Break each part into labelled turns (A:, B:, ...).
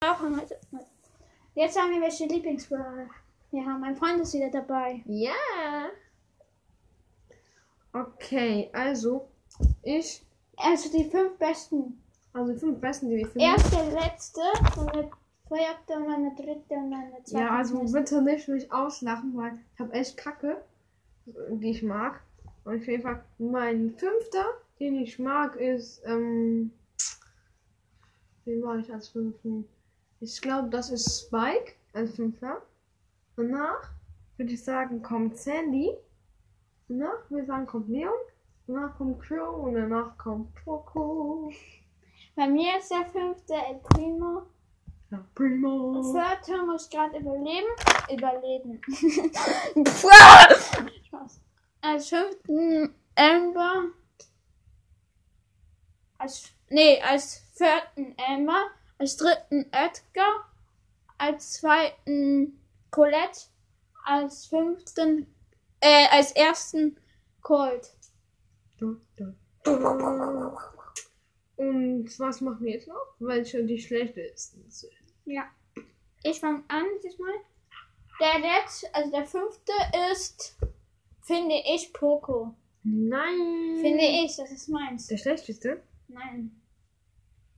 A: brauchen heute. Jetzt sagen wir, welche Lieblingsbrawler wir haben. Mein Freund ist wieder dabei.
B: Ja. Okay, also ich,
A: Also die fünf besten.
B: also die fünf besten, die wir finden.
A: Erste, letzte, und eine zweite, und eine dritte, und eine zweite.
B: ja, also bitte nicht mich auslachen, weil ich habe echt Kacke, die ich mag. Und auf jeden Fall, mein fünfter, den ich mag, ist, ähm, wen mag ich als fünften? Ich glaube, das ist Spike als fünfter. Danach würde ich sagen, kommt Sandy. Danach würde ich sagen, kommt Leon. Danach kommt Crow und danach kommt Poco.
A: Bei mir ist der fünfte El Primo.
B: Ja, primo.
A: Vierte muss gerade überleben. Überleben. Spaß. Als fünften Amber. Als, nee, als vierten Amber. Als dritten Edgar. Als zweiten Colette. Als fünften, äh, als ersten Colt.
B: Du, du, du. Und was machen wir jetzt noch? Welche die schlechtesten sind.
A: Ja. Ich fange an diesmal. Der letzte, also der fünfte ist, finde ich, Poco.
B: Nein!
A: Finde ich, das ist meins.
B: Der schlechteste?
A: Nein.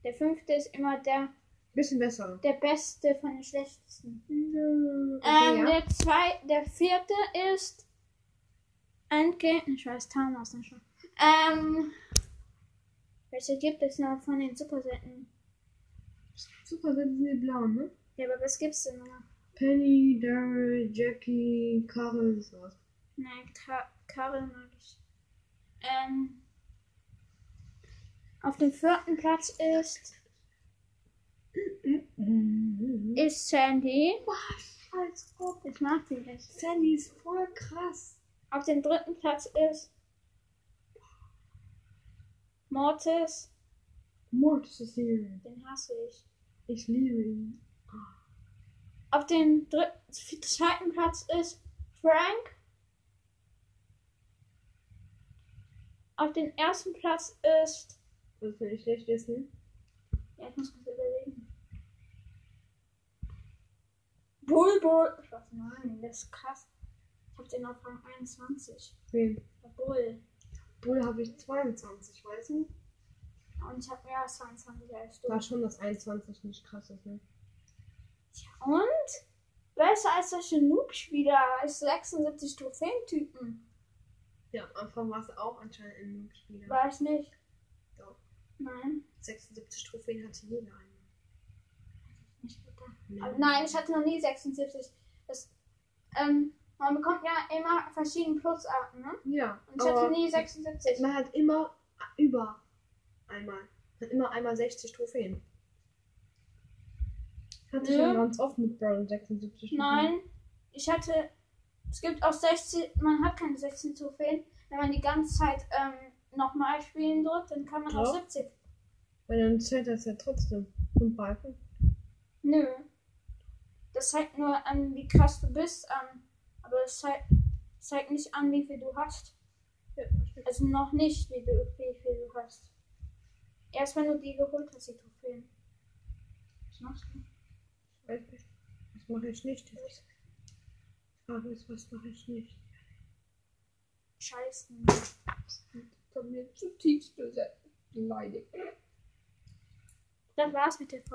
A: Der fünfte ist immer der,
B: Bisschen besser.
A: der beste von den schlechtesten.
B: Okay,
A: ähm,
B: ja.
A: der, zwei, der vierte ist Endgame. Ich weiß Thanos nicht schon. Ähm, welche gibt es noch von den Supersetten?
B: Super sind die blauen, ne?
A: Ja, aber was gibt's denn noch?
B: Penny, Daryl, Jackie, Karel, sowas.
A: Nein, Ka Karel mag ich. Ähm, auf dem vierten Platz ist,
B: Mhm.
A: ist Sandy.
B: Als ob.
A: Ich mag sie nicht.
B: Sandy ist voll krass.
A: Auf dem dritten Platz ist Mortis.
B: Mortis ist hier.
A: Den hasse ich.
B: Ich liebe ihn.
A: Auf dem dritten, zweiten Platz ist Frank. Auf dem ersten Platz ist.
B: Was für die schlechtesten?
A: Ja, ich muss kurz überlegen. Bulbul. Ich weiß nein, das ist krass. Ich hab den auf Rang 21.
B: Wen?
A: Bull.
B: Bull habe ich 22, weißt du?
A: Und ich hab mehr als 22 als du.
B: War schon, dass 21 nicht krass ist, ne?
A: Und besser als solche Noob-Spieler, als 76 Trophäentypen.
B: Ja, am Anfang war es auch anscheinend ein Noob-Spieler.
A: War ich nicht.
B: Doch.
A: Nein,
B: 76 Trophäen hatte jeder einen.
A: nicht bitte. Aber nein, ich hatte noch nie 76. Das, ähm, man bekommt ja immer verschiedene Plusarten, ne?
B: Ja,
A: Und ich hatte
B: aber
A: nie 76.
B: man hat immer über einmal. Man hat immer einmal 60 Trophäen. Hatte ich
A: Nö.
B: ja ganz oft mit Brown 76 Trophäen.
A: Nein, ich hatte. Es gibt auch 16. Man hat keine 16 Trophäen. Wenn man die ganze Zeit ähm, nochmal spielen drückt, dann kann man auch
B: Doch.
A: 70.
B: Weil dann zählt das ja trotzdem. Und Balken.
A: Nö. Das zeigt nur an, wie krass du bist, an. Aber das zeigt, zeigt nicht an, wie viel du hast.
B: Ja,
A: Also noch nicht, wie, du, wie viel du hast. Erst wenn du die geholt hast, die Trophäen. Was machst du?
B: weiß nicht. Das mache ich nicht. Das ist- Die Frage ist, was mache ich nicht?
A: Scheiße.
B: Das hat mir zutiefst beleidigt.
A: Das war's mit der Folge.